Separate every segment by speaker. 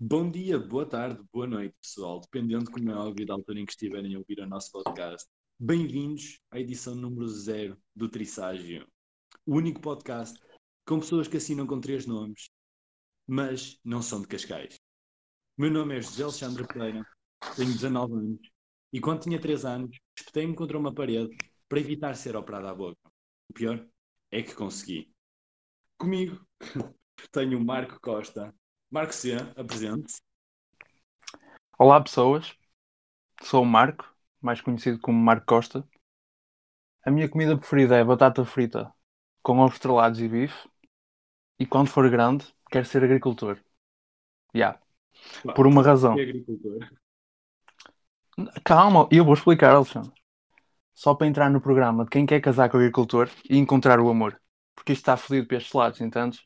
Speaker 1: Bom dia, boa tarde, boa noite, pessoal, dependendo, como é óbvio, da altura em que estiverem a ouvir o nosso podcast. Bem-vindos à edição número zero do Trisságio, o único podcast com pessoas que assinam com três nomes, mas não são de Cascais. Meu nome é José Alexandre Pereira, tenho 19 anos e quando tinha 3 anos, espetei-me contra uma parede para evitar ser operado à boca. O pior é que consegui. Comigo tenho o Marco Costa. Marco C, apresente-se.
Speaker 2: Olá pessoas, sou o Marco, mais conhecido como Marco Costa. A minha comida preferida é batata frita com ovos estrelados e bife. E quando for grande, quero ser agricultor. Já.
Speaker 1: Pá,
Speaker 2: Por uma razão.
Speaker 1: É agricultor.
Speaker 2: Calma, eu vou explicar, Alexandre. Só para entrar no programa de quem quer casar com o agricultor e encontrar o amor. Porque isto está fodido para estes lados, entendes?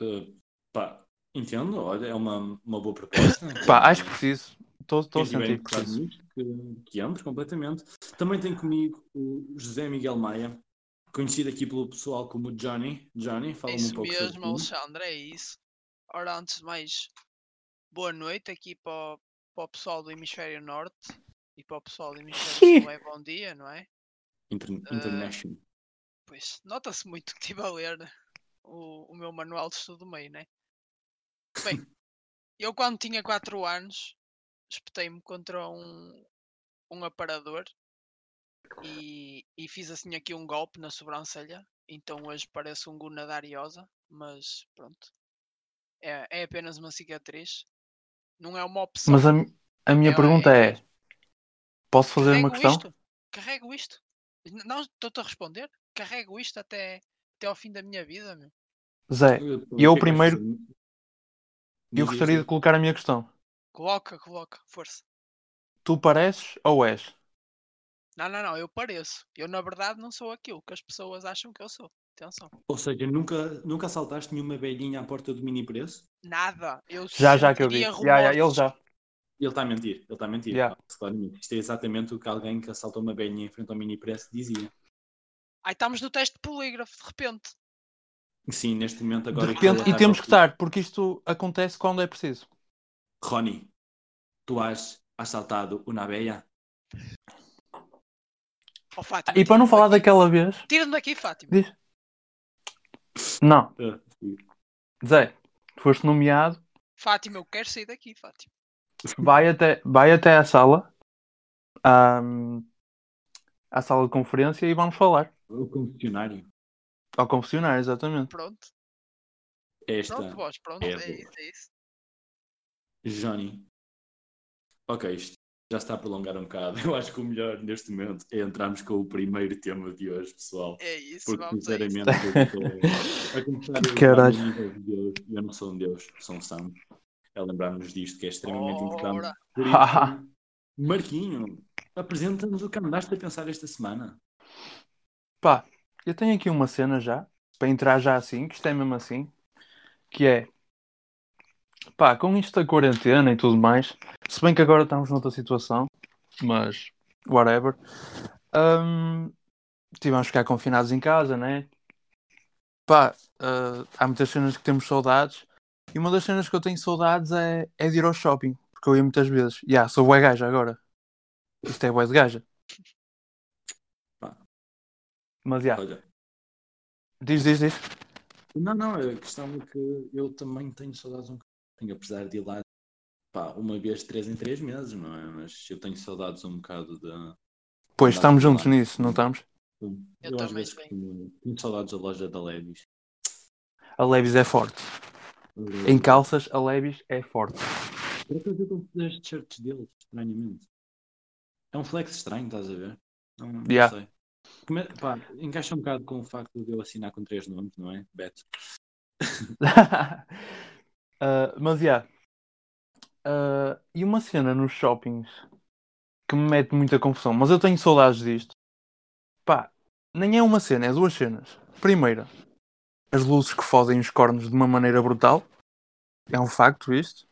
Speaker 1: Uh, pá, entendo, olha, é uma, uma boa proposta.
Speaker 2: Pá, acho que preciso. Estou estou a
Speaker 1: Quem tiver
Speaker 2: sentir que
Speaker 1: interessado
Speaker 2: preciso.
Speaker 1: nisto, que, que ambos, completamente. Também tem comigo o José Miguel Maia, conhecido aqui pelo pessoal como Johnny. Johnny,
Speaker 3: É
Speaker 1: fala-me um
Speaker 3: isso
Speaker 1: pouco sobre
Speaker 3: mesmo,
Speaker 1: ti.
Speaker 3: Alexandre, é isso. Ora, antes de mais, boa noite aqui para o, para o pessoal do Hemisfério Norte e para o pessoal do Hemisfério Sul é bom dia, não é?
Speaker 1: Inter-
Speaker 3: Ah.
Speaker 1: International.
Speaker 3: Pois, nota-se muito que estive a ler né, o, o meu manual de estudo do meio, né? Bem, eu quando tinha 4 anos, espetei-me contra um, um aparador e, e fiz assim aqui um golpe na sobrancelha. Então hoje parece um guna dariosa, mas pronto. É, é apenas uma cicatriz. Não é uma opção.
Speaker 2: Mas a, mi- a minha
Speaker 3: É,
Speaker 2: pergunta
Speaker 3: é
Speaker 2: é: posso fazer uma
Speaker 3: Carrego
Speaker 2: questão?
Speaker 3: Isto, carrego isto. N- Não, estou-te a responder. Carrego isto até, até ao fim da minha vida, meu.
Speaker 2: Zé,
Speaker 1: E
Speaker 2: É, eu primeiro- eu gostaria de colocar a minha questão.
Speaker 3: Coloca, coloca, força.
Speaker 2: Tu pareces ou és?
Speaker 3: Não, não, não, eu pareço. Eu, na verdade, não sou aquilo que as pessoas acham que eu sou. Atenção.
Speaker 1: Ou seja, nunca, nunca assaltaste nenhuma velhinha à porta do mini preço?
Speaker 3: Nada. Eu
Speaker 2: Já, já que eu vi.
Speaker 3: sentiria
Speaker 2: Já, já, ele
Speaker 3: remorsos.
Speaker 2: já.
Speaker 1: Ele está a mentir, ele está a mentir.
Speaker 2: Yeah.
Speaker 1: Claramente. Isto é exatamente o que alguém que assaltou uma velhinha em frente ao mini preço dizia.
Speaker 3: Ai, estamos no teste de polígrafo, de repente.
Speaker 1: Sim, neste momento
Speaker 2: De
Speaker 1: agora... é que
Speaker 2: repente,
Speaker 1: ele
Speaker 2: e
Speaker 1: está
Speaker 2: temos
Speaker 1: a-
Speaker 2: que estar, porque isto acontece quando é preciso.
Speaker 1: Rony, tu has assaltado uma velha?
Speaker 3: Ó, Oh, Fátima,
Speaker 2: Ah, E para não
Speaker 3: tira-me
Speaker 2: falar
Speaker 3: daqui.
Speaker 2: daquela vez.
Speaker 3: Tira-me daqui, Fátima.
Speaker 2: Não,
Speaker 1: Ah, sim.
Speaker 2: Zé, foste nomeado,
Speaker 3: Fátima, eu quero sair daqui, Fátima.
Speaker 2: vai até, vai até à sala, à, à sala de conferência e vamos falar.
Speaker 1: O confessionário.
Speaker 2: Ao confessionário, exatamente.
Speaker 3: Pronto.
Speaker 1: Esta...
Speaker 3: Pronto, vós, pronto.
Speaker 1: é
Speaker 3: É,
Speaker 1: boa.
Speaker 3: isso, é isso.
Speaker 1: Johnny. Ok, isto já está a prolongar um bocado. Eu acho que o melhor neste momento é entrarmos com o primeiro tema de hoje, pessoal.
Speaker 3: É isso,
Speaker 1: Porque,
Speaker 3: vamos a isso.
Speaker 1: sinceramente, eu estou- a começar eu estava a
Speaker 2: Caralho.
Speaker 1: nível de Deus, e eu não sou um Deus, sou um santo. É lembrarmos disto que é extremamente importante.
Speaker 3: Ora,
Speaker 1: Por isso, Marquinho, apresenta-nos o que andaste a pensar esta semana.
Speaker 2: Pá, eu tenho aqui uma cena já, para entrar já assim, que isto é mesmo assim, que é, pá, com isto da quarentena e tudo mais, se bem que agora estamos noutra situação, mas, whatever, hum, tivemos que ficar confinados em casa, né? Pá, ah, há muitas cenas que temos saudades, e uma das cenas que eu tenho saudades é, é de ir ao shopping, porque eu ia muitas vezes, e ah, sou bué gaja agora, isto é bué de gaja.
Speaker 1: Pá.
Speaker 2: Mas, já,
Speaker 1: Olha,
Speaker 2: diz, diz, diz.
Speaker 1: não, não, a questão é que eu também tenho saudades um bocadinho, apesar de ir lá pá, uma vez de três em três meses, não é? Mas eu tenho saudades um bocado da.
Speaker 2: Pois,
Speaker 1: Andar
Speaker 2: estamos
Speaker 1: por lá.
Speaker 2: juntos nisso, não estamos?
Speaker 1: um, Eu,
Speaker 3: Eu
Speaker 1: às
Speaker 3: também
Speaker 1: vezes
Speaker 3: tenho.
Speaker 1: costumo- tenho saudades da loja da Levis.
Speaker 2: A Levis é forte. Em calças, a Levis é forte.
Speaker 1: Por acaso eu compro as t-shirts deles, estranhamente. É um flex estranho, estás a ver? Não, não
Speaker 2: Yeah.
Speaker 1: sei. Come- pá, encaixa um bocado com o facto de eu assinar com três nomes, não é? Beto.
Speaker 2: Ah, mas, já. Ah, e uma cena nos shoppings que me mete muita confusão, mas eu tenho saudades disto. Pá, nem é uma cena, é duas cenas. Primeira, as luzes que fodem os cornos de uma maneira brutal. É um facto isto.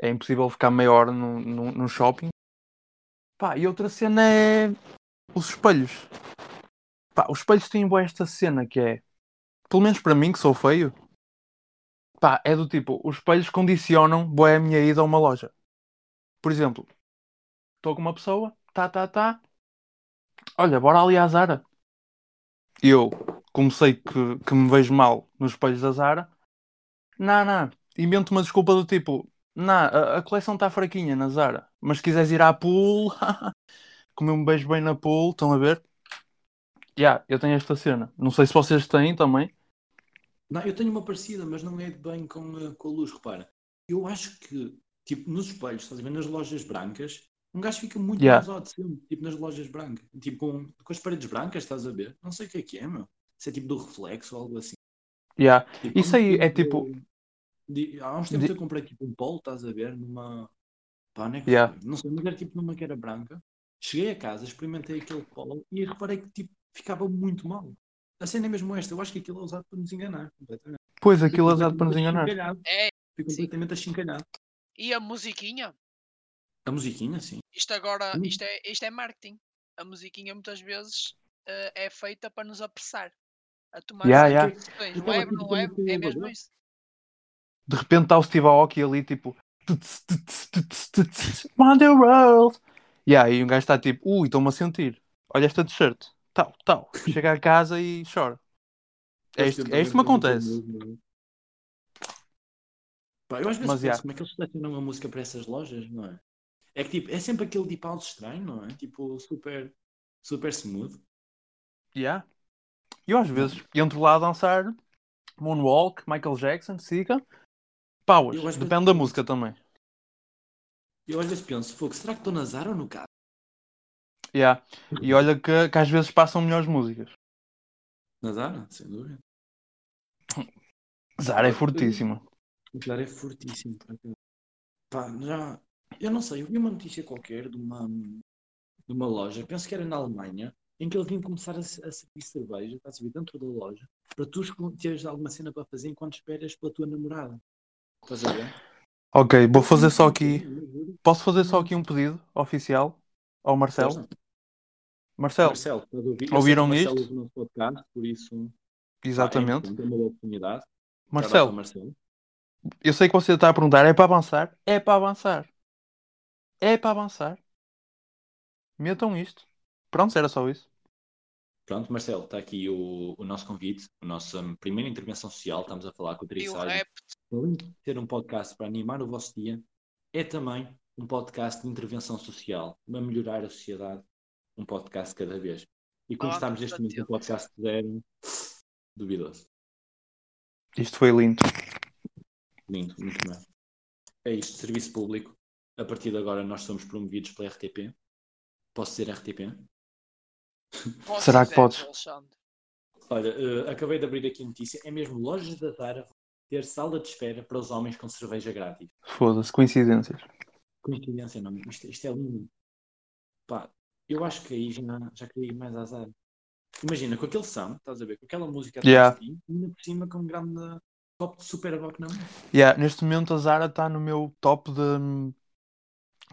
Speaker 2: É impossível ficar meia hora num, num, num shopping. Pá, e outra cena é os espelhos. Pá, os espelhos têm boa esta cena que é, pelo menos para mim que sou feio, Pá, é do tipo, os espelhos condicionam boa a minha ida a uma loja. Por exemplo, estou com uma pessoa, tá, tá, tá. Olha, bora ali à Zara. Eu, como sei que, que me vejo mal nos espelhos da Zara, não, não, invento uma desculpa do tipo, não, a, a coleção está fraquinha na Zara, mas se quiseres ir à pool, comer um beijo bem na pool, estão a ver? Já, eu tenho esta cena. Não sei se vocês têm também.
Speaker 1: Não, eu tenho uma parecida, mas não é de bem com a, com a luz, repara. Eu acho que, tipo, nos espelhos, estás a ver, nas lojas brancas, um gajo fica muito
Speaker 2: Yeah.
Speaker 1: mais ao de cima, tipo, nas lojas brancas. Tipo, com, com as paredes brancas, estás a ver? Não sei o que é que é, meu. Se é tipo do reflexo ou algo assim.
Speaker 2: Já.
Speaker 1: Tipo,
Speaker 2: Isso
Speaker 1: há um
Speaker 2: aí é
Speaker 1: de- há uns tempos
Speaker 2: de-
Speaker 1: eu comprei tipo um polo, estás a ver, numa. Pá, não, é que
Speaker 2: Yeah.
Speaker 1: foi? não sei, mas era tipo numa que era branca. Cheguei a casa, experimentei aquele polo e reparei que tipo, ficava muito mal. A cena é mesmo esta, eu acho que aquilo é usado para nos enganar completamente.
Speaker 2: Pois, aquilo é
Speaker 1: Fico
Speaker 2: usado para nos enganar.
Speaker 1: completamente achincalhado.
Speaker 3: É,
Speaker 1: Fico
Speaker 3: sim.
Speaker 1: completamente achincalhado.
Speaker 3: E a musiquinha?
Speaker 1: A musiquinha, sim.
Speaker 3: Isto agora,
Speaker 1: Hum.
Speaker 3: isto é, isto é marketing. A musiquinha muitas vezes eh, é feita para nos apressar a tomar
Speaker 2: Yeah,
Speaker 3: certas
Speaker 2: yeah.
Speaker 3: decisões.
Speaker 1: Então,
Speaker 3: Leve,
Speaker 1: aquilo
Speaker 3: não
Speaker 1: que eu
Speaker 3: leve,
Speaker 1: queria
Speaker 3: é mesmo
Speaker 1: dizer-
Speaker 3: isso.
Speaker 2: De repente está o Steve Aoki ali, tipo... tuts, tuts, tuts, tuts, Wonder World! Yeah, e um gajo está tipo... Ui, estou-me a sentir. Olha esta t-shirt. Tal, tal. Chega a casa e chora. É isto, é isto que me acontece.
Speaker 1: é? Pá, eu às vezes
Speaker 2: Mas,
Speaker 1: penso
Speaker 2: yeah.
Speaker 1: como é que eles selecionam uma música para essas lojas, não é? É que tipo, é sempre aquele deep house estranho, não é? Tipo, super, super smooth.
Speaker 2: Yeah. Eu às vezes entro lá a dançar Moonwalk, Michael Jackson, Sika. Powers.
Speaker 1: Eu às vezes-
Speaker 2: Depende da música também.
Speaker 1: Eu às vezes penso, fogo, será que estou na Zara ou no caso?
Speaker 2: Yeah. E olha que, que às vezes passam melhores músicas.
Speaker 1: Na Zara, sem dúvida.
Speaker 2: Zara é fortíssima.
Speaker 1: O Zara é fortíssimo. por acaso. Pá, já. Eu não sei, eu vi uma notícia qualquer de uma, de uma loja, penso que era na Alemanha, em que eles vinham começar a, se- a servir cerveja, estás a servir dentro da loja, para tu escol- teres alguma cena para fazer enquanto esperas pela tua namorada. Estás a ver?
Speaker 2: Ok, vou fazer só aqui.
Speaker 1: Eu juro.
Speaker 2: Posso fazer só aqui um pedido oficial ao Marcelo? Marcelo,
Speaker 1: Marcelo, estás a ouvir?
Speaker 2: Ouviram
Speaker 1: Eu sei que o Marcelo
Speaker 2: isto?
Speaker 1: ouve o nosso podcast, por isso. pá,
Speaker 2: exatamente.
Speaker 1: É, importante, é uma boa oportunidade. Shout out ao
Speaker 2: Marcelo,
Speaker 1: Marcelo.
Speaker 2: eu sei que você está a perguntar, é para avançar? É para avançar. É para avançar. Metam isto. Pronto, era só isso.
Speaker 1: Pronto, Marcelo, está aqui o, o nosso convite, a nossa hum, primeira intervenção social. Estamos a falar com o
Speaker 3: E o
Speaker 1: Trissagem.
Speaker 3: rap,
Speaker 1: Além de ser um podcast para animar o vosso dia, é também um podcast de intervenção social, para melhorar a sociedade, um podcast cada vez. E como
Speaker 3: Ah,
Speaker 1: estamos neste momento no podcast zero, duvidoso.
Speaker 2: Isto foi lindo.
Speaker 1: Lindo, muito bem. É isto, serviço público. A partir de agora nós somos promovidos pela RTP. Posso dizer RTP?
Speaker 3: posso
Speaker 2: Será que
Speaker 3: dizer,
Speaker 2: podes?
Speaker 3: Alexandre.
Speaker 1: Olha, eh, acabei de abrir aqui a notícia. É mesmo lojas da Zara vão ter sala de espera para os homens com cerveja grátis.
Speaker 2: Foda-se, coincidências.
Speaker 1: Coincidência, não. Isto, isto é lindo. Pá, eu acho que aí já, já queria ir mais azar. Imagina, com aquele som, estás a ver? Com aquela música atrás
Speaker 2: Yeah.
Speaker 1: de ti, ainda por cima com um grande copo de super rock é? na mão.
Speaker 2: Yeah, neste momento a Zara está no meu top de,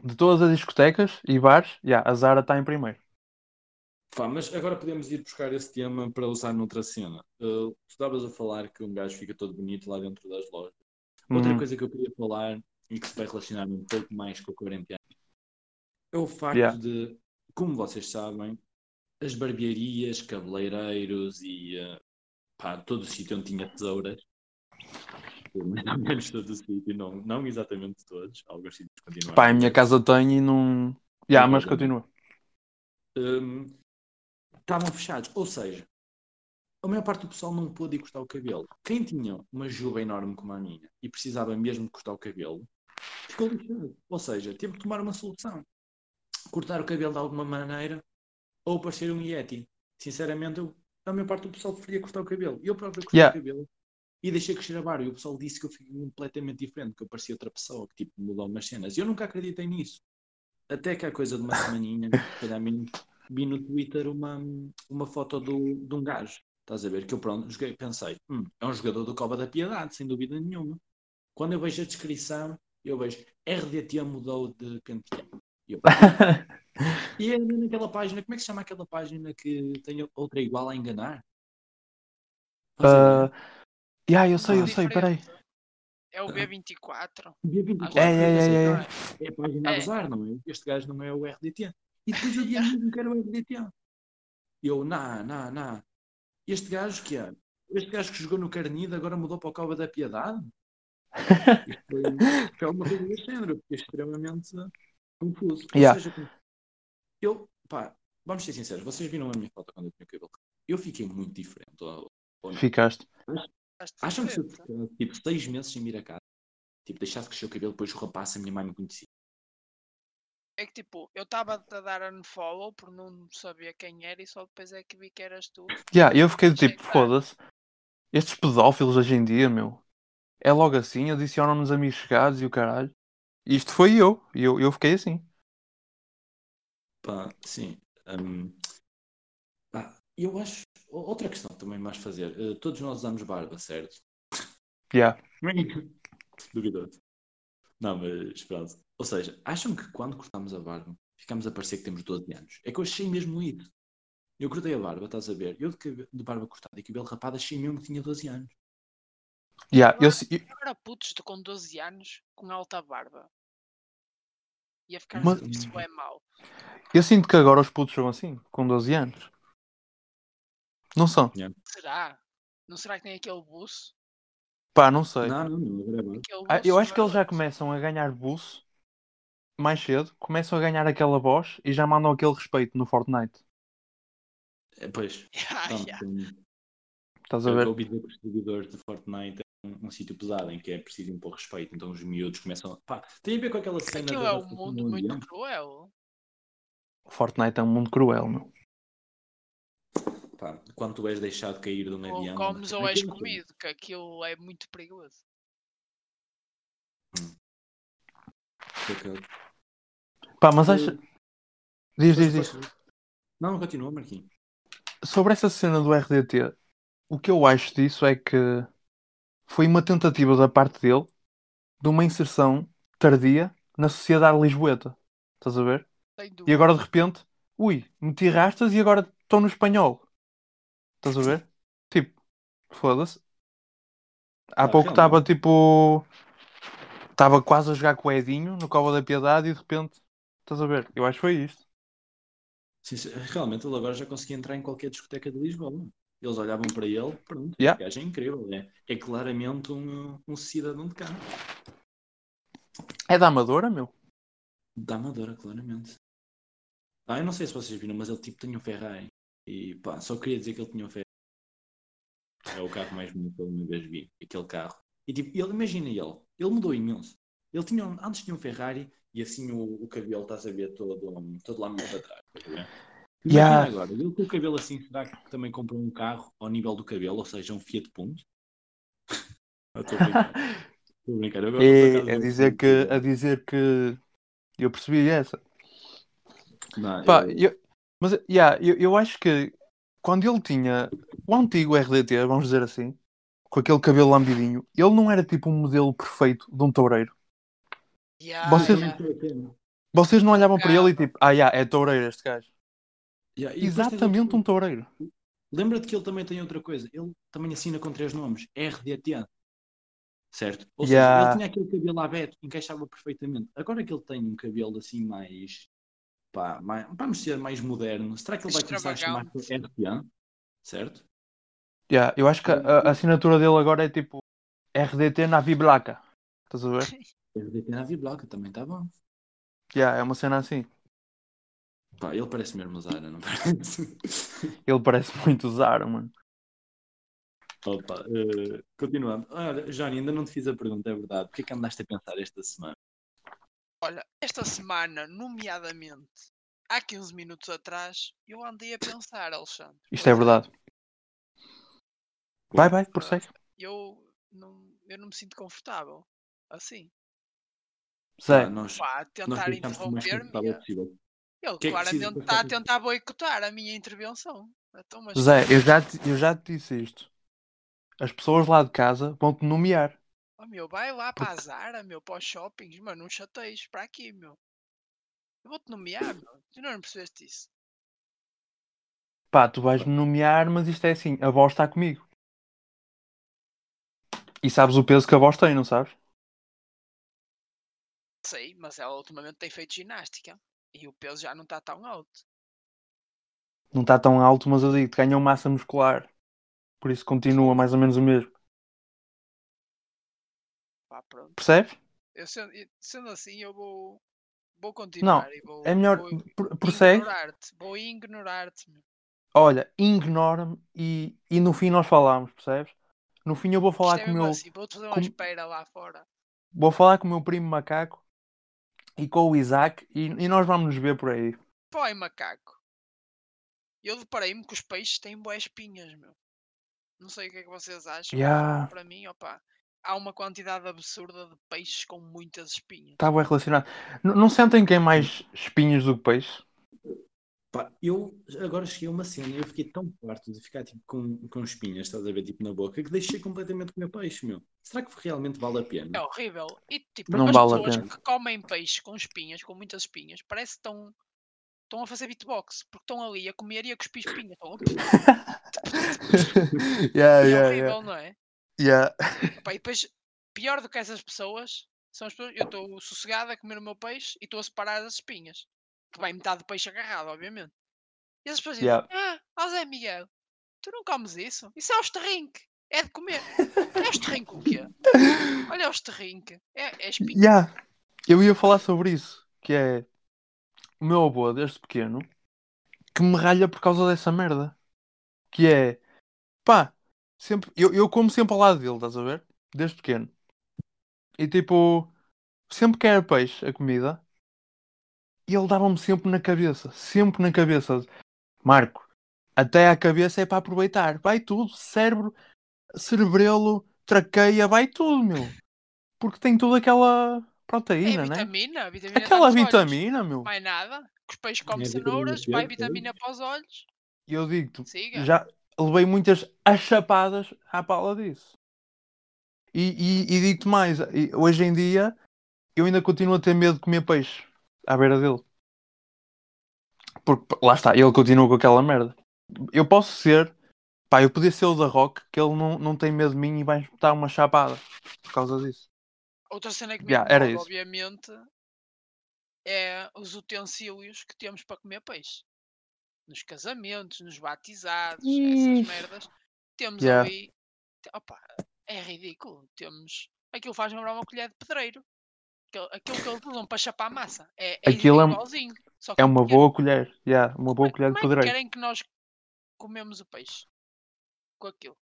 Speaker 2: de todas as discotecas e bares. Yeah, a Zara está em primeiro.
Speaker 1: Pá, mas agora podemos ir buscar esse tema para usar noutra cena. Eh, tu estavas a falar que um gajo fica todo bonito lá dentro das lojas. Outra
Speaker 2: Uhum.
Speaker 1: coisa que eu queria falar e que se vai relacionar um pouco mais com a quarentena é o facto
Speaker 2: Yeah.
Speaker 1: de, como vocês sabem, as barbearias, cabeleireiros e eh, pá, todo o sítio onde tinha tesouras, pelo menos todo o sítio, não, não exatamente todos, alguns sítios continuaram.
Speaker 2: Pá, em minha casa tem e não. Yeah,
Speaker 1: Não,
Speaker 2: mas
Speaker 1: não.
Speaker 2: continua.
Speaker 1: Hum, estavam fechados. Ou seja, a maior parte do pessoal não pôde ir cortar o cabelo. Quem tinha uma juba enorme como a minha e precisava mesmo de cortar o cabelo, ficou lixado. Ou seja, teve que tomar uma solução. Cortar o cabelo de alguma maneira ou parecer um Yeti. Sinceramente, eu- a maior parte do pessoal preferia cortar o cabelo. Eu próprio cortei
Speaker 2: Yeah.
Speaker 1: o cabelo e deixei crescer a barba. E o pessoal disse que eu fiquei completamente diferente, que eu parecia outra pessoa, que tipo mudou umas cenas. Eu nunca acreditei nisso. Até que há coisa de uma semaninha, se calhar menos, vi no Twitter uma, uma foto do, de um gajo. Estás a ver? Que eu pronto, joguei, pensei, "Hum, é um jogador do Cova da Piedade, sem dúvida nenhuma. Quando eu vejo a descrição, eu vejo RDT mudou de penteado. E eu, e é naquela página, como é que se chama aquela página que tem outra igual a enganar? Estás a ver?
Speaker 2: Ah, yeah, eu sei, eu
Speaker 1: Ah.
Speaker 2: sei, peraí.
Speaker 3: É o B24.
Speaker 1: B24
Speaker 2: É, é, é,
Speaker 1: é,
Speaker 2: é, é. É.
Speaker 1: a página a
Speaker 3: É.
Speaker 1: usar, não é? Este gajo não é o RDT. E depois eu digo, não quero o RDT. Eu, não, não, não. Este gajo que é? Este gajo que jogou no Carnide agora mudou para o Cova da Piedade? Isto foi, foi uma coisa desse género, porque é extremamente confuso. Ou
Speaker 2: Yeah.
Speaker 1: seja, eu, pá, vamos ser sinceros, vocês viram a minha foto quando eu tinha o cabelo? Eu fiquei muito diferente ao, ou não?
Speaker 2: Ficaste.
Speaker 3: Estás de
Speaker 1: Acham que se eu
Speaker 3: frente, tá?
Speaker 1: ficasse, tipo seis meses sem vir a casa, tipo deixasse crescer o cabelo, depois o rapaz, a minha mãe me conhecia.
Speaker 3: É que tipo, eu estava a dar unfollow por não saber quem era e só depois é que vi que eras tu.
Speaker 2: Yeah, eu fiquei do tipo,
Speaker 3: Chegar.
Speaker 2: foda-se. Estes pedófilos hoje em dia, meu, é logo assim, adicionam-nos amigos chegados e o caralho. Isto foi eu, e eu, eu fiquei assim.
Speaker 1: Pá, sim. Hum, pá, eu acho. o- Outra questão também mais fazer. Eh, todos nós usamos barba, certo?
Speaker 2: Yeah.
Speaker 1: Duvidoso. Não, mas pronto. Ou seja, acham que quando cortamos a barba ficamos a parecer que temos 12 anos? É que eu achei mesmo isso. Eu cortei a barba, estás a ver? Eu de, cabe- de barba cortada e cabelo rapado achei mesmo que tinha 12 anos.
Speaker 2: Yeah, eu, se- eu-
Speaker 3: Eu era puto, estou com 12 anos, com alta barba. Ia ficar
Speaker 2: Mas-
Speaker 3: isto é mau.
Speaker 2: eu sinto que agora os putos são assim, com 12 anos. Não são?
Speaker 3: Será? Não será que tem aquele buço?
Speaker 2: Pá, não sei.
Speaker 1: Não, não, não, agora é barba.
Speaker 3: Aquele
Speaker 2: Ah,
Speaker 3: buço
Speaker 2: Eu
Speaker 3: não
Speaker 2: acho que
Speaker 3: é
Speaker 2: eles já
Speaker 3: buço.
Speaker 2: começam a ganhar buço mais cedo, começam a ganhar aquela voz e já mandam aquele respeito no Fortnite.
Speaker 1: Eh, Pois,
Speaker 3: Ya,
Speaker 1: pronto,
Speaker 3: ya.
Speaker 1: tem-
Speaker 2: Estás a
Speaker 1: Eu
Speaker 2: ver?
Speaker 1: ouvi dizer que os servidores de Fortnite é um, um sítio pesado em que é preciso impor respeito, então os miúdos começam a. Pá, tem a ver com aquela cena.
Speaker 3: Aquilo
Speaker 1: da-
Speaker 3: é um
Speaker 1: da-
Speaker 3: mundo
Speaker 1: do
Speaker 3: muito
Speaker 1: ambiente.
Speaker 3: cruel.
Speaker 2: O Fortnite é um mundo cruel, meu.
Speaker 1: Pá, quando tu és deixado cair de um
Speaker 3: Ou
Speaker 1: avião.
Speaker 3: comes ou
Speaker 1: é
Speaker 3: és
Speaker 1: aquilo.
Speaker 3: comido, que aquilo é muito perigoso.
Speaker 2: Pá, mas
Speaker 1: Eu-
Speaker 2: acha. Diz, diz, diz.
Speaker 1: Não, continua, Marquinhos.
Speaker 2: Sobre essa cena do RDT, o que eu acho disso é que foi uma tentativa da parte dele de uma inserção tardia na sociedade lisboeta. Estás a ver?
Speaker 3: Sem
Speaker 2: E
Speaker 3: dúvida.
Speaker 2: agora de repente, ui, meti rastas e agora estou no espanhol. Estás a ver? Tipo, foda-se. Há
Speaker 1: Ah,
Speaker 2: pouco
Speaker 1: realmente.
Speaker 2: estava tipo. Estava quase a jogar com o Edinho no Cova da Piedade e de repente. Estás a ver? Eu acho que foi isto.
Speaker 1: Sim, sim, realmente ele agora já conseguia entrar em qualquer discoteca de Lisboa. não? Eles olhavam para ele, pronto, este
Speaker 2: Yeah.
Speaker 1: gajo é incrível, é, é claramente um, um cidadão de cá.
Speaker 2: É da Amadora, meu?
Speaker 1: Da Amadora, claramente. Ah, eu não sei se vocês viram, mas ele tipo tinha um Ferrari. E pá, só queria dizer que ele tinha um Ferrari. É o carro mais bonito que eu uma vez vi, aquele carro. E tipo, ele, imagina ele, ele mudou imenso. Ele tinha, um- antes tinha um Ferrari e assim o, o cabelo, estás a ver, todo, um, todo lá meio para trás. estás a ver? Imagina
Speaker 2: Yeah.
Speaker 1: agora, ele com o cabelo assim, será que também comprou um carro ao nível do cabelo, ou seja, um Fiat Punto? Eu Estou a brincar. Estou a brincar. Eu gosto, por acaso,
Speaker 2: É, a
Speaker 1: do-
Speaker 2: dizer
Speaker 1: do-
Speaker 2: que. A dizer que. Eu percebi essa.
Speaker 1: Não,
Speaker 2: Pá,
Speaker 1: eu-
Speaker 2: eu, mas yeah, eu, eu acho que quando ele tinha o antigo RDT, vamos dizer assim, com aquele cabelo lambidinho, ele não era tipo um modelo perfeito de um toureiro.
Speaker 3: Ya,
Speaker 2: Vocês-
Speaker 3: ya.
Speaker 2: Vocês não olhavam para ele e tipo, ah, yeah, é toureiro este gajo.
Speaker 1: Yeah, e depois tens outro-
Speaker 2: Exatamente um toureiro.
Speaker 1: Lembra-te que ele também tem outra coisa. Ele também assina com três nomes. RDT. Certo? Ou
Speaker 2: Yeah.
Speaker 1: seja, ele tinha aquele cabelo aberto, encaixava perfeitamente. Agora que ele tem um cabelo assim mais... Pá, mais vamos ser mais moderno. Será que ele vai começar a chamar RDT? Certo?
Speaker 2: Yeah, eu acho que a, a assinatura dele agora é tipo RDT na Viblaca. Estás a ver?
Speaker 1: RDT na Vibloca também está bom.
Speaker 2: Yeah, é uma cena assim.
Speaker 1: Pá, ele parece mesmo Zara, não parece?
Speaker 2: Ele parece muito Zara, mano.
Speaker 1: Opa, eh, continuando. Olha, Johnny, ainda não te fiz a pergunta, é verdade. O que é que andaste a pensar esta semana?
Speaker 3: Olha, esta semana, nomeadamente, há 15 minutos atrás, eu andei a pensar, Alexandre.
Speaker 2: Isto é
Speaker 3: Pois
Speaker 2: verdade. Vai, vai, prossegue.
Speaker 3: Eu não, eu não me sinto confortável. Assim.
Speaker 1: Ah,
Speaker 2: Zé,
Speaker 1: nós,
Speaker 3: Pá, a
Speaker 1: nós
Speaker 3: tentar
Speaker 1: ficámos o mais
Speaker 3: interromper-me.
Speaker 1: confortável possível.
Speaker 3: Ele
Speaker 1: que é que precisa
Speaker 3: claramente
Speaker 1: para
Speaker 3: está
Speaker 1: estar
Speaker 3: a tentar boicotar a minha intervenção. Então, mas
Speaker 2: Zé, eu já, te, eu já te disse isto. As pessoas lá de casa vão te nomear.
Speaker 3: Oh, meu, vai lá para a Zara, meu, para os shoppings, mano, não chateias para aqui, meu. Eu vou-te nomear, meu. Tu não percebeste isso.
Speaker 2: Pá, tu vais me nomear, mas isto é assim, a voz está comigo. E sabes o peso que a voz tem, não sabes?
Speaker 3: Sei, mas ela ultimamente tem feito ginástica e o peso já não está tão alto.
Speaker 2: Não está tão alto, mas eu digo, ganhou massa muscular. Por isso continua mais ou menos o mesmo.
Speaker 3: Pá, pronto.
Speaker 2: Percebes?
Speaker 3: Eu, sendo, eu- sendo assim, eu vou, vou continuar e vou,
Speaker 2: É melhor.
Speaker 3: vou
Speaker 2: pr- Prossegue.
Speaker 3: ignorar-te. Vou ignorar-te. meu.
Speaker 2: Olha, ignora-me e, e no fim nós falamos, percebes? No fim eu vou falar
Speaker 3: Isto é
Speaker 2: com o
Speaker 3: mesmo
Speaker 2: meu.
Speaker 3: assim, vou-te fazer uma
Speaker 2: com-
Speaker 3: espera lá fora.
Speaker 2: Vou falar com o meu primo macaco e com o Isaac e, e nós vamos nos ver por aí.
Speaker 3: Põe macaco. Eu deparei-me que os peixes têm boas espinhas, meu. Não sei o que é que vocês acham. mas
Speaker 2: Ya.
Speaker 3: Para mim, opa, há uma quantidade absurda de peixes com muitas espinhas.
Speaker 2: Está Tá bem relacionado. N- não sentem que é mais espinhos do que peixe?
Speaker 1: Pá, eu agora cheguei a uma cena e eu fiquei tão farto de ficar tipo, com, com espinhas, estás a ver, tipo na boca, que deixei completamente comer peixe, meu. Será que realmente vale a pena?
Speaker 3: É horrível. E tipo,
Speaker 2: Não
Speaker 3: as
Speaker 2: vale a
Speaker 3: pessoas
Speaker 2: pena.
Speaker 3: que comem peixe com espinhas, com muitas espinhas, parece que estão, estão a fazer beatbox, porque estão ali a comer e a cuspir espinhas. Estão...
Speaker 2: yeah,
Speaker 3: É
Speaker 2: yeah, yeah,
Speaker 3: horrível, não é?
Speaker 2: yeah.
Speaker 3: Epá, e depois, pior do que essas pessoas, são as pessoas. Eu estou sossegado a comer o meu peixe e estou a separar as espinhas. Que vai metade do peixe agarrado, obviamente. E essas pessoas
Speaker 2: Yeah.
Speaker 3: dizem: Ah, ó Zé Miguel, tu não comes isso? Isso é osterrinque. É de comer. É osterrinque o quê? Olha, osterrinque. É, é espinha.
Speaker 2: Yeah. Eu ia falar sobre isso, que é o meu avô desde pequeno que me ralha por causa dessa merda. Que é pá, sempre, eu, eu como sempre ao lado dele, estás a ver? Desde pequeno. E tipo, sempre que era peixe a comida, ele dava-me sempre na cabeça, sempre na cabeça. Marco, até à cabeça é para aproveitar, vai tudo, cérebro, cerebelo, traqueia, vai tudo, meu. Porque tem toda aquela
Speaker 3: É
Speaker 2: proteína, né?
Speaker 3: vitamina. a vitamina dá
Speaker 2: Aquela
Speaker 3: nos olhos.
Speaker 2: vitamina, meu.
Speaker 3: Mais nada. Que os peixes comem
Speaker 1: É vitamina
Speaker 3: cenouras,
Speaker 1: C,
Speaker 3: vai
Speaker 1: pois.
Speaker 3: vitamina para os olhos.
Speaker 2: E eu digo-te,
Speaker 3: Siga.
Speaker 2: já levei muitas achapadas à pala disso. E, e, e digo-te mais, e hoje em dia eu ainda continuo a ter medo de comer peixe à beira dele. Porque pá, lá está, ele continua com aquela merda. Eu posso ser, pá, eu podia ser o da Rock, que ele não, não tem medo de mim e vai dar uma chapada por causa disso.
Speaker 3: Outra cena que me
Speaker 2: Yeah, era
Speaker 3: incomoda,
Speaker 2: isso.
Speaker 3: obviamente, é os utensílios que temos para comer peixe. Nos casamentos, nos batizados,
Speaker 2: Ih.
Speaker 3: essas merdas. Temos
Speaker 2: Yeah.
Speaker 3: ali. te- Opa, é ridículo. Temos. Aquilo faz lembrar uma colher de pedreiro. Aquele- Aquilo que eles usam para chapar a massa. É, é
Speaker 2: Aquilo é um-
Speaker 3: igualzinho. só que
Speaker 2: É uma
Speaker 3: pequeno.
Speaker 2: boa colher, yeah, uma boa colher
Speaker 3: Como
Speaker 2: de
Speaker 3: é que
Speaker 2: pedreiro.
Speaker 3: querem que nós comemos o peixe? Com aquilo.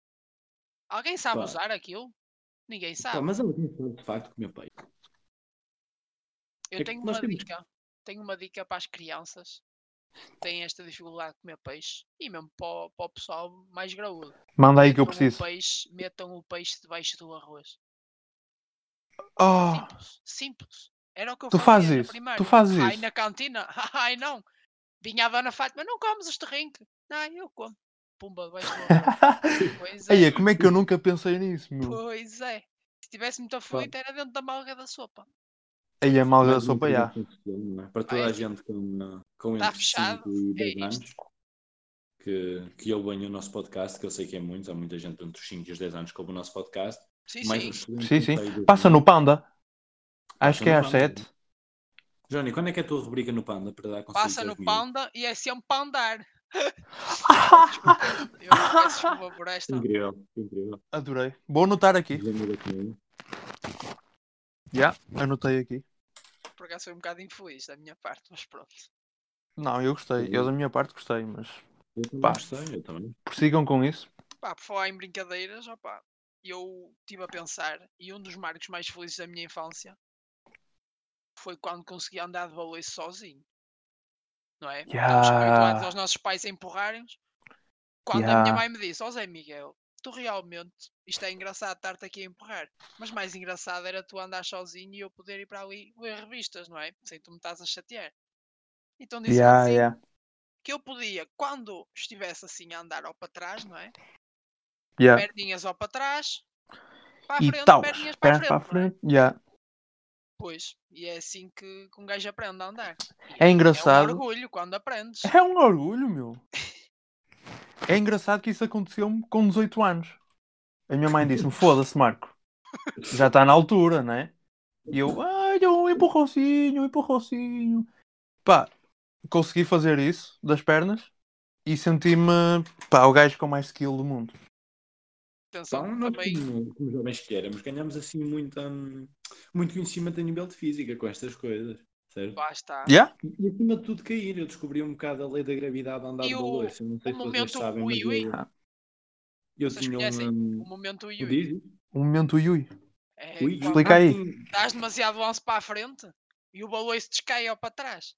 Speaker 3: Alguém sabe
Speaker 1: Pá.
Speaker 3: usar aquilo? Ninguém
Speaker 1: Pá,
Speaker 3: sabe.
Speaker 1: mas ela tem de facto comer peixe. é
Speaker 3: Eu
Speaker 2: É
Speaker 1: que
Speaker 3: tenho
Speaker 1: nós
Speaker 3: uma
Speaker 1: temos-
Speaker 3: dica. Tenho uma dica para as crianças que têm esta dificuldade de comer peixe e mesmo para o, para o pessoal mais graúdo.
Speaker 2: Manda aí que eu
Speaker 3: Metam o
Speaker 2: preciso.
Speaker 3: um peixe- metam o peixe debaixo do arroz.
Speaker 2: Oh,
Speaker 3: Simples. Simples. Era o que eu
Speaker 2: tu
Speaker 3: fazia
Speaker 2: fazes
Speaker 3: na
Speaker 2: isso, tu
Speaker 3: primária.
Speaker 2: fazes
Speaker 3: um Ai,
Speaker 2: isso.
Speaker 3: na cantina. Ai, não. Vinha a Dona Fátima. Não comes este rinque. Não, eu como. Pumba, debaixo do arroz. Pois é.
Speaker 2: Eia, como é que eu nunca pensei nisso, meu?
Speaker 3: Pois é. Se tivesse muito aflito, era dentro da malga da sopa.
Speaker 2: Aí a malga da
Speaker 1: Mais uma
Speaker 2: sopa, já.
Speaker 1: coisa que funciona, não é? Para toda
Speaker 3: Ah,
Speaker 1: a
Speaker 3: é.
Speaker 1: gente com, com
Speaker 3: Tá
Speaker 1: entre 5
Speaker 3: fechado,
Speaker 1: e
Speaker 3: é
Speaker 1: 10
Speaker 3: isto.
Speaker 1: anos que, que eu banho o nosso podcast, que eu sei que é muito, há muita gente entre os 5 e os 10 anos que ouve o nosso podcast.
Speaker 3: Sim,
Speaker 1: Mais um
Speaker 3: sim.
Speaker 1: excelente
Speaker 2: Sim, sim.
Speaker 1: conselho.
Speaker 2: Passa no Panda. Acho
Speaker 1: Passa
Speaker 2: que é
Speaker 1: no
Speaker 2: às
Speaker 1: Panda.
Speaker 2: 7.
Speaker 1: Johnny, quando é que é a tua rubrica no Panda para dar conselhos
Speaker 3: Passa
Speaker 1: aos
Speaker 3: no
Speaker 1: miúdos?
Speaker 3: panda e é sempre pandar. Desculpa, eu peço desculpa por esta.
Speaker 1: Incrível, incrível.
Speaker 2: Adorei. Vou anotar aqui.
Speaker 1: Desenho da comida.
Speaker 2: Já, anotei aqui.
Speaker 3: Por acaso foi um bocado infeliz da minha parte, mas pronto.
Speaker 2: Não, eu gostei. Eu da minha parte gostei, mas
Speaker 1: Eu também
Speaker 2: Pá.
Speaker 1: gostei, eu também.
Speaker 2: prossigam com isso.
Speaker 3: Pá, por falar em brincadeiras, opá, eu estive a pensar e um dos marcos mais felizes da minha infância foi quando consegui andar de baloiço sozinho. Não é? Estamos habituados
Speaker 2: Yeah.
Speaker 3: aos nossos pais a empurrarem-nos. Quando a
Speaker 2: Yeah.
Speaker 3: minha mãe me disse, ó Zé Miguel, tu realmente, isto é engraçado estar-te aqui a empurrar, mas mais engraçado era tu andar sozinho e eu poder ir para ali ler revistas, não é? Sem tu me estás a chatear. Então disse
Speaker 2: Yeah,
Speaker 3: assim,
Speaker 2: yeah.
Speaker 3: que eu podia, quando estivesse assim a andar ao para trás, não é?
Speaker 2: Yeah.
Speaker 3: Perninhas ao para trás, para a
Speaker 2: É. E
Speaker 3: frente,
Speaker 2: tal.
Speaker 3: perninhas para a
Speaker 2: Pernas
Speaker 3: frente.
Speaker 2: para a
Speaker 3: não é?
Speaker 2: frente. Yeah.
Speaker 3: Pois, e é assim que, que um gajo aprende a andar.
Speaker 2: É
Speaker 3: É um
Speaker 2: engraçado.
Speaker 3: orgulho quando aprendes.
Speaker 2: É um orgulho, meu. É engraçado que isso aconteceu-me com 18 anos. A minha mãe disse-me: Foda-se, Marco. já está na altura, né? E eu, ai, um empurrãozinho, um empurrãozinho. Pá, consegui fazer isso das pernas e senti-me, pá, o gajo com mais skill do mundo.
Speaker 3: Atenção,
Speaker 1: Então, nós,
Speaker 3: também
Speaker 1: como, como jovens que éramos, ganhamos assim muita, hum, muito conhecimento a nível de física com estas coisas, certo?
Speaker 3: lá está.
Speaker 2: Yeah?
Speaker 1: E e acima de tudo cair, eu descobri um bocado a lei da gravidade a andar
Speaker 3: E
Speaker 1: de
Speaker 3: o-
Speaker 1: balanço. Não sei
Speaker 3: o
Speaker 1: se vocês
Speaker 3: momento
Speaker 1: sabem, mas
Speaker 3: ui, ui?
Speaker 1: eu, eu
Speaker 3: Vocês
Speaker 1: tinha
Speaker 3: conhecem?
Speaker 1: um.
Speaker 3: O momento
Speaker 1: Tu
Speaker 3: Yui.
Speaker 1: dizes?
Speaker 2: Um momento Yui.
Speaker 3: É,
Speaker 1: Ui,
Speaker 3: quando
Speaker 2: Explica aí.
Speaker 1: Martin,
Speaker 3: dás demasiado lance para a frente e o balanço descai ou para trás.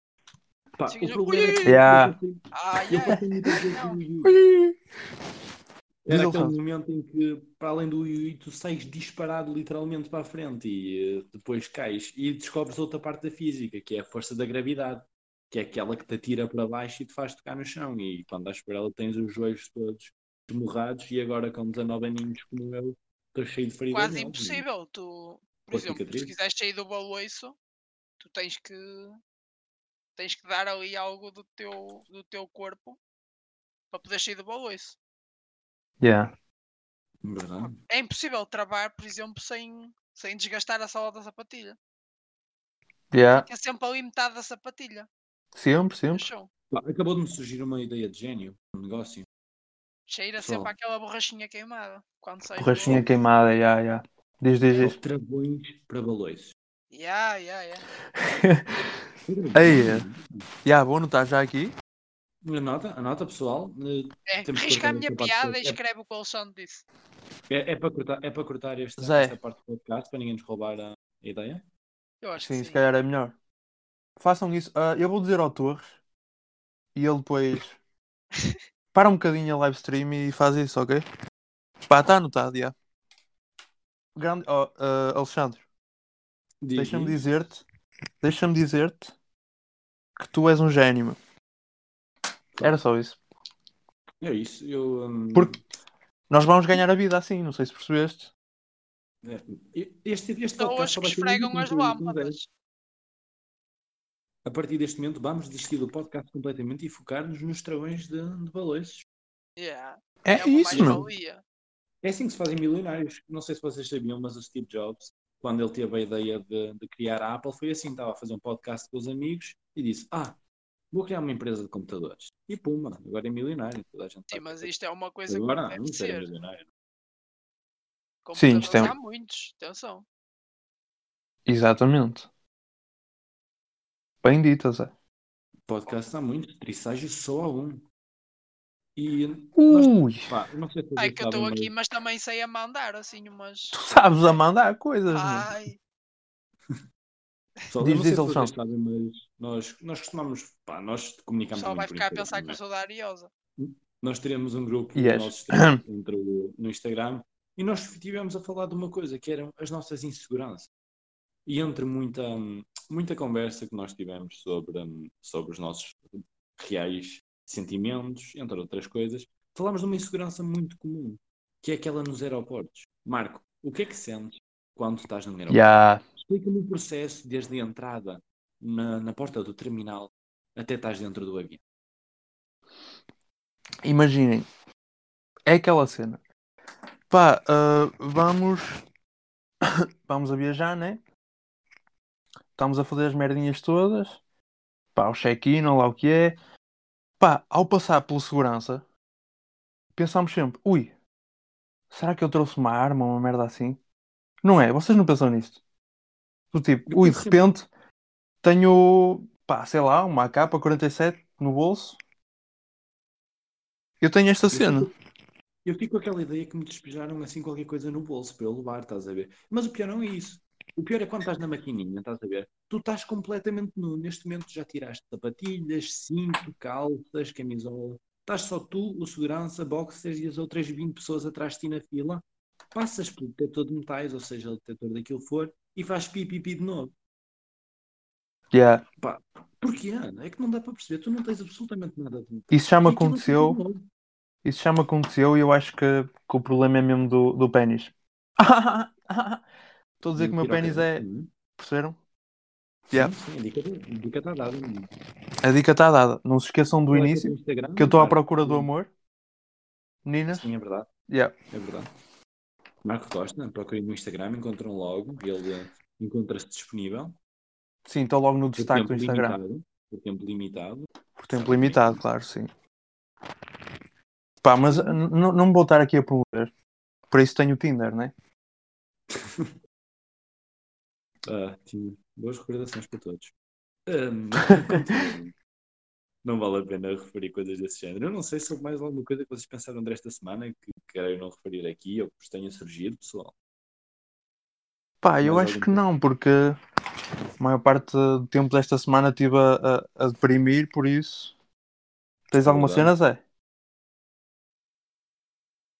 Speaker 1: pá,
Speaker 3: Sim,
Speaker 1: o
Speaker 3: já-
Speaker 1: problema é que
Speaker 2: Ui! Yeah.
Speaker 1: eu passei-
Speaker 3: Ah,
Speaker 1: eu
Speaker 3: yeah.
Speaker 1: passei muita vez com o Yui.
Speaker 2: Diz
Speaker 1: Era
Speaker 2: ele,
Speaker 1: aquele
Speaker 2: Santos.
Speaker 1: momento em que, para além do Yui, tu sais disparado literalmente para a frente e eh, depois cais e descobres outra parte da física, que é a força da gravidade, que é aquela que te atira para baixo e te faz tocar no chão. E quando estás por ela, tens os joelhos todos esmurrados. E agora, com 19 aninhos como eu, estou cheio de feridas.
Speaker 3: quase
Speaker 1: novas.
Speaker 3: impossível. Tu, por
Speaker 1: Com a
Speaker 3: exemplo,
Speaker 1: cicatriz.
Speaker 3: se quiseres sair do balanço, tu tens que tens que dar ali algo do teu, do teu corpo para poder sair do balanço.
Speaker 2: Yeah.
Speaker 1: Verdade.
Speaker 3: É impossível travar, por exemplo, sem, sem desgastar a sola da sapatilha.
Speaker 2: Yeah.
Speaker 3: É sempre ali metade da sapatilha.
Speaker 2: Sempre,
Speaker 3: no
Speaker 2: sempre.
Speaker 3: chão.
Speaker 1: Pá, Acabou de me surgir uma ideia de gênio, um negócio.
Speaker 3: Cheira
Speaker 1: Pessoal.
Speaker 3: sempre aquela borrachinha queimada. Quando sai
Speaker 2: Borrachinha queimada, yeah, yeah. Diz, diz,
Speaker 1: É
Speaker 2: diz.
Speaker 1: os travões para balões.
Speaker 3: Yeah, yeah, yeah.
Speaker 2: Aí, yeah, vou anotar já aqui.
Speaker 1: Anota, anota pessoal, eh,
Speaker 3: É,
Speaker 1: Temos que
Speaker 3: risca a
Speaker 1: cortar
Speaker 3: minha
Speaker 1: esta parte toda.
Speaker 3: piada e
Speaker 1: É-
Speaker 3: escreve o que o Alexandre disse.
Speaker 1: É, é para cortar, é para cortar esta,
Speaker 2: Zé.
Speaker 1: esta parte do podcast para ninguém nos roubar a ideia.
Speaker 3: Eu acho
Speaker 2: Sim,
Speaker 3: que
Speaker 2: se
Speaker 3: sim.
Speaker 2: calhar é melhor. Façam isso. Ah, eu vou dizer ao Torres e ele depois para um bocadinho a live stream e faz isso, ok? Pá, está anotado já. Grande, oh, ah, Alexandre,
Speaker 1: Diz-
Speaker 2: deixa-me dizer-te, deixa-me dizer-te que tu és um gênio. meu. Era só isso.
Speaker 1: É isso. Eu, hum,
Speaker 2: Porque- Nós vamos ganhar a vida assim, não sei se percebeste.
Speaker 1: este, este
Speaker 2: é
Speaker 1: podcast
Speaker 3: Pessoas
Speaker 1: só
Speaker 3: Então que
Speaker 1: vai ter
Speaker 3: esfregam
Speaker 1: um
Speaker 3: as
Speaker 1: conteúdo com
Speaker 3: lâmpadas.
Speaker 1: dez. A partir deste momento vamos desistir do podcast completamente e focar-nos nos travões de, de balões.
Speaker 3: Yeah.
Speaker 2: É,
Speaker 3: uma
Speaker 2: isso, meu.
Speaker 3: mais-valia.
Speaker 1: É assim que se fazem milionários. Não sei se vocês sabiam, mas o Steve Jobs, quando ele teve a ideia de, de criar a Apple, foi assim: estava a fazer um podcast com os amigos e disse: Ah, vou criar uma empresa de computadores. E puma, agora é milionário. Toda a gente
Speaker 3: Sim,
Speaker 1: sabe.
Speaker 3: mas isto é uma coisa
Speaker 1: agora
Speaker 3: que não
Speaker 1: não,
Speaker 3: deve
Speaker 1: isso era
Speaker 3: ser.
Speaker 1: milionário.
Speaker 2: Sim, isto é
Speaker 3: Computadores
Speaker 2: um-
Speaker 3: Há muitos, atenção.
Speaker 2: Exatamente. Bem dito, Zé.
Speaker 1: Podcast há muito, trissagem só há um. E nós,
Speaker 2: Ui,
Speaker 1: pá, eu não sei se vocês
Speaker 3: Ai, que eu estou
Speaker 1: sabem,
Speaker 3: aqui,
Speaker 1: mas
Speaker 3: mas também sei a mandar, assim, umas.
Speaker 2: tu sabes a mandar coisas, meu.
Speaker 3: Ai,
Speaker 1: só- eu não sei
Speaker 2: Diz, diz,
Speaker 1: se vocês
Speaker 2: Alexandre.
Speaker 1: sabem, mas nós, nós costumamos, pá, nós
Speaker 3: o
Speaker 1: comunicamos
Speaker 3: pessoal vai
Speaker 1: muito por
Speaker 3: ficar a pensar
Speaker 1: Instagram,
Speaker 3: que eu
Speaker 1: não é?
Speaker 3: sou da Ariosa.
Speaker 1: Nós teremos um grupo
Speaker 2: Yes.
Speaker 1: no, nosso Instagram, entre o- no Instagram e nós estivemos a falar de uma coisa que eram as nossas inseguranças. E entre muita, hum, muita conversa que nós tivemos sobre, hum, sobre os nossos reais sentimentos, entre outras coisas, falámos de uma insegurança muito comum, que é aquela nos aeroportos. Marco, o que é que sentes quando estás num aeroporto?
Speaker 2: Yeah.
Speaker 1: Explica-me o processo desde a entrada na, na porta do terminal até estás dentro do avião.
Speaker 2: Imaginem, é aquela cena. Pá, ah, vamos. vamos a viajar, né? Estamos a fazer as merdinhas todas. Pá, o check-in, ou lá o que é. Pá, ao passar pelo segurança, pensámos sempre: ui, será que eu trouxe uma arma, uma merda assim? Não é? Vocês não pensam nisto? Do tipo,
Speaker 1: Eu
Speaker 2: ui, de
Speaker 1: penso sempre.
Speaker 2: repente tenho, pá, sei lá, uma AK-47 no bolso. Eu tenho esta
Speaker 1: é
Speaker 2: cena.
Speaker 1: Eu fico com aquela ideia que me despejaram assim qualquer coisa no bolso para eu levar, estás a ver? Mas o pior não é isso. O pior é quando estás na maquininha, estás a ver? Tu estás completamente nu. Neste momento já tiraste sapatilhas, cinto, calças, camisola. Estás só tu, o segurança, boxers e as outras 20 pessoas atrás de ti na fila. Passas pelo detector de metais, ou seja, o detector daquilo que for, e faz pipipi de novo.
Speaker 2: Yeah.
Speaker 1: Porquê? É que não dá para perceber. Tu não tens absolutamente nada de
Speaker 2: Isso já me
Speaker 1: E aquilo
Speaker 2: aconteceu.
Speaker 1: fica de novo.
Speaker 2: Isso já me aconteceu e eu acho que, que o problema é mesmo do, do pênis. Estou a dizer que o meu
Speaker 1: Tira
Speaker 2: pênis é.
Speaker 1: Sim,
Speaker 2: Perceberam? Yeah.
Speaker 1: sim, a dica tá, a dica está dada. menino.
Speaker 2: A dica está dada. Não se esqueçam do
Speaker 1: Olha,
Speaker 2: início,
Speaker 1: no Instagram,
Speaker 2: que eu estou à
Speaker 1: Marco.
Speaker 2: procura do amor. Meninas?
Speaker 1: Sim, é verdade.
Speaker 2: Yeah.
Speaker 1: É verdade. Marco Costa, procurem no Instagram, encontram logo, ele eh, encontra-se disponível.
Speaker 2: Sim, estou logo no
Speaker 1: por
Speaker 2: destaque do
Speaker 1: tempo
Speaker 2: Instagram.
Speaker 1: limitado, por tempo limitado.
Speaker 2: Por tempo limitado, claro, sim. Pá, mas n- n- não me vou estar aqui a promover. Por isso tenho o Tinder, né?
Speaker 1: Ah, tinha boas recordações para todos. Ah, não- não vale a pena referir coisas desse género. Eu não sei se houve mais alguma coisa que vocês pensaram desta semana que querem não referir aqui ou que vos tenha surgido, pessoal.
Speaker 2: Pá, eu
Speaker 1: Mais
Speaker 2: acho
Speaker 1: algum
Speaker 2: que não, porque a maior parte do tempo desta semana estive a, a, a deprimir, por isso. Tens É. alguma cena,
Speaker 1: Verdade.
Speaker 2: Zé?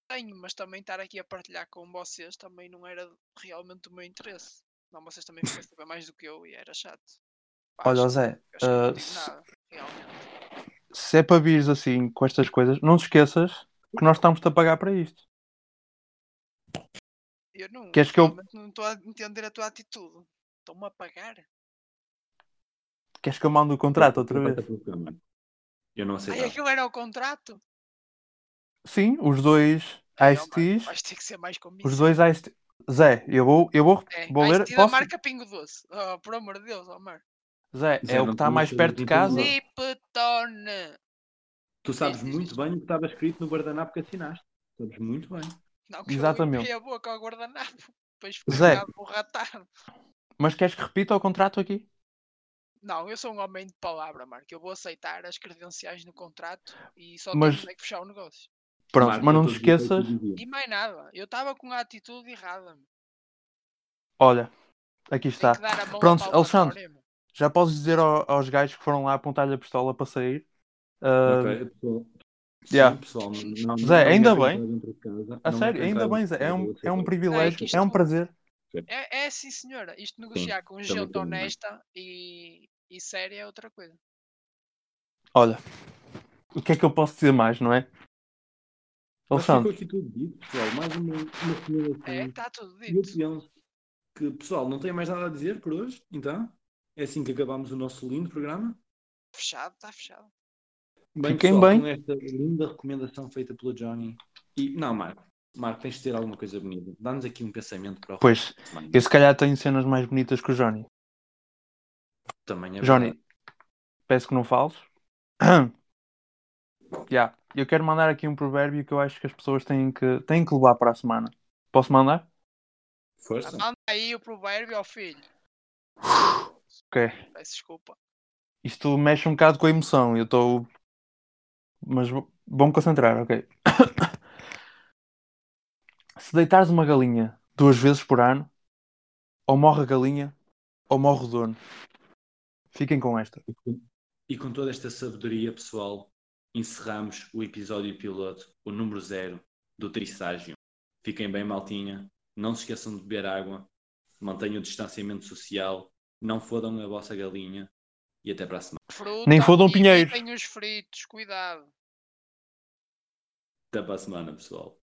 Speaker 3: Tenho, mas também estar aqui a partilhar com vocês também não era realmente do meu interesse. Não, vocês também ficam a saber mais do que eu e era chato. Pá,
Speaker 2: Olha,
Speaker 3: acho-
Speaker 2: Zé,
Speaker 3: acho que
Speaker 2: ah,
Speaker 3: não digo
Speaker 2: se-
Speaker 3: nada, realmente.
Speaker 2: se é para vires assim com estas coisas, não te esqueças que nós estamos-te a pagar para isto.
Speaker 3: Eu não,
Speaker 2: Queres que eu-
Speaker 3: realmente não estou a entender a tua atitude. Estão-me a pagar?
Speaker 2: Queres que eu mando o contrato outra
Speaker 1: Não
Speaker 2: vez?
Speaker 1: passa pelo câmara. Eu não
Speaker 3: Ai, é
Speaker 1: aceitava.
Speaker 3: aquilo era o contrato?
Speaker 2: Sim, os dois
Speaker 3: Ai, ó, mano,
Speaker 2: ISTs.
Speaker 3: Vais ter que ser mais convincente.
Speaker 2: Os dois ISTs. Zé, eu vou, eu vou,
Speaker 3: É,
Speaker 2: vou
Speaker 3: Ice
Speaker 2: ler.
Speaker 3: Tea da
Speaker 2: Posso?
Speaker 3: marca Pingo Doce. Oh, por amor de Deus, Omar.
Speaker 2: Zé,
Speaker 1: Zé,
Speaker 2: é o
Speaker 1: não
Speaker 2: que está
Speaker 1: tenho
Speaker 2: mais
Speaker 1: certeza
Speaker 2: perto de
Speaker 1: de
Speaker 2: casa.
Speaker 1: nada.
Speaker 3: Lipton.
Speaker 1: Tu sabes
Speaker 3: Diz, diz,
Speaker 1: muito
Speaker 3: diz.
Speaker 1: bem o que estava escrito no guardanapo que assinaste. Sabes muito bem.
Speaker 3: Não que
Speaker 2: Exatamente.
Speaker 3: eu limpei a boca ao guardanapo. Depois fui
Speaker 2: Zé.
Speaker 3: Zé. borratado.
Speaker 2: Mas queres que repita o contrato aqui?
Speaker 3: Não, eu sou um homem de palavra, Marco. Eu vou aceitar as credenciais no contrato e só
Speaker 2: Mas-
Speaker 3: temos é que fechar o negócio.
Speaker 2: Pronto,
Speaker 1: Marca
Speaker 2: mas não te
Speaker 1: todos os defeitos
Speaker 2: esqueças.
Speaker 1: do dia.
Speaker 3: E mais nada. Eu estava com a atitude errada. meu.
Speaker 2: Olha, aqui
Speaker 3: Tenho
Speaker 2: está.
Speaker 3: que dar a mão
Speaker 2: Pronto,
Speaker 3: à
Speaker 2: Alexandre.
Speaker 3: palmatória, meu.
Speaker 2: Já podes dizer ao- aos gajos que foram lá apontar-lhe a pistola para sair. Ah,
Speaker 1: Ok, pessoal. Sim,
Speaker 2: yeah.
Speaker 1: pessoal, não- não-
Speaker 2: Zé,
Speaker 1: não
Speaker 2: ainda
Speaker 1: é para
Speaker 2: bem.
Speaker 1: entrar dentro de casa, não é
Speaker 2: A sério,
Speaker 1: para
Speaker 2: ainda
Speaker 1: entrar
Speaker 2: bem,
Speaker 1: dentro de
Speaker 2: Zé. É
Speaker 1: casa,
Speaker 2: um,
Speaker 1: eu
Speaker 2: é um
Speaker 1: aceito.
Speaker 2: privilégio,
Speaker 3: isto
Speaker 2: é um
Speaker 3: não-
Speaker 2: prazer.
Speaker 3: É, é sim, senhora. Isto negociar com
Speaker 2: é
Speaker 1: também
Speaker 3: gente
Speaker 1: tenho bem.
Speaker 3: honesta e, e séria é outra coisa.
Speaker 2: Olha, o que é que eu posso dizer mais, não é?
Speaker 1: Mas ficou
Speaker 2: Alexandre,
Speaker 1: aqui tudo dito, pessoal. Mais uma, uma
Speaker 3: É,
Speaker 1: recomendação.
Speaker 3: está tudo
Speaker 1: E eu
Speaker 3: dito.
Speaker 1: penso que, pessoal, não tem mais nada a dizer por hoje, então. É assim que acabamos o nosso lindo programa.
Speaker 3: Fechado, está fechado.
Speaker 1: Bem,
Speaker 2: Fiquem
Speaker 1: pessoal,
Speaker 2: bem.
Speaker 1: com esta linda recomendação feita pelo Johnny. E, não, Marco, Marco, tens de ter alguma coisa bonita. Dá-nos aqui um pensamento para o
Speaker 2: pois,
Speaker 1: resto da semana.
Speaker 2: eu se calhar tenho cenas mais bonitas que o Johnny.
Speaker 1: Também é
Speaker 2: Johnny,
Speaker 1: verdade.
Speaker 2: peço que não fales. Já, eu quero mandar aqui um provérbio que eu acho que as pessoas têm que, têm que levar para a semana. Posso mandar?
Speaker 1: Força.
Speaker 3: Manda aí o provérbio ao filho.
Speaker 2: Ok.
Speaker 3: Peço desculpa.
Speaker 2: Isto mexe um bocado com a emoção. Eu estou. Mas vou-me concentrar, ok. Se deitares uma galinha duas vezes por ano, ou morre a galinha, ou morre o dono. Fiquem com esta.
Speaker 1: E com- E com toda esta sabedoria, pessoal, encerramos o episódio piloto, o número zero do Trisságio. Fiquem bem, maltinha. Não se esqueçam de beber água. Mantenham o distanciamento social. Não fodam a vossa galinha. E até para a semana.
Speaker 3: Fruta,
Speaker 2: Nem fodam
Speaker 3: e
Speaker 2: pinheiros.
Speaker 3: evitem os fritos, cuidado.
Speaker 1: Até para a semana, pessoal.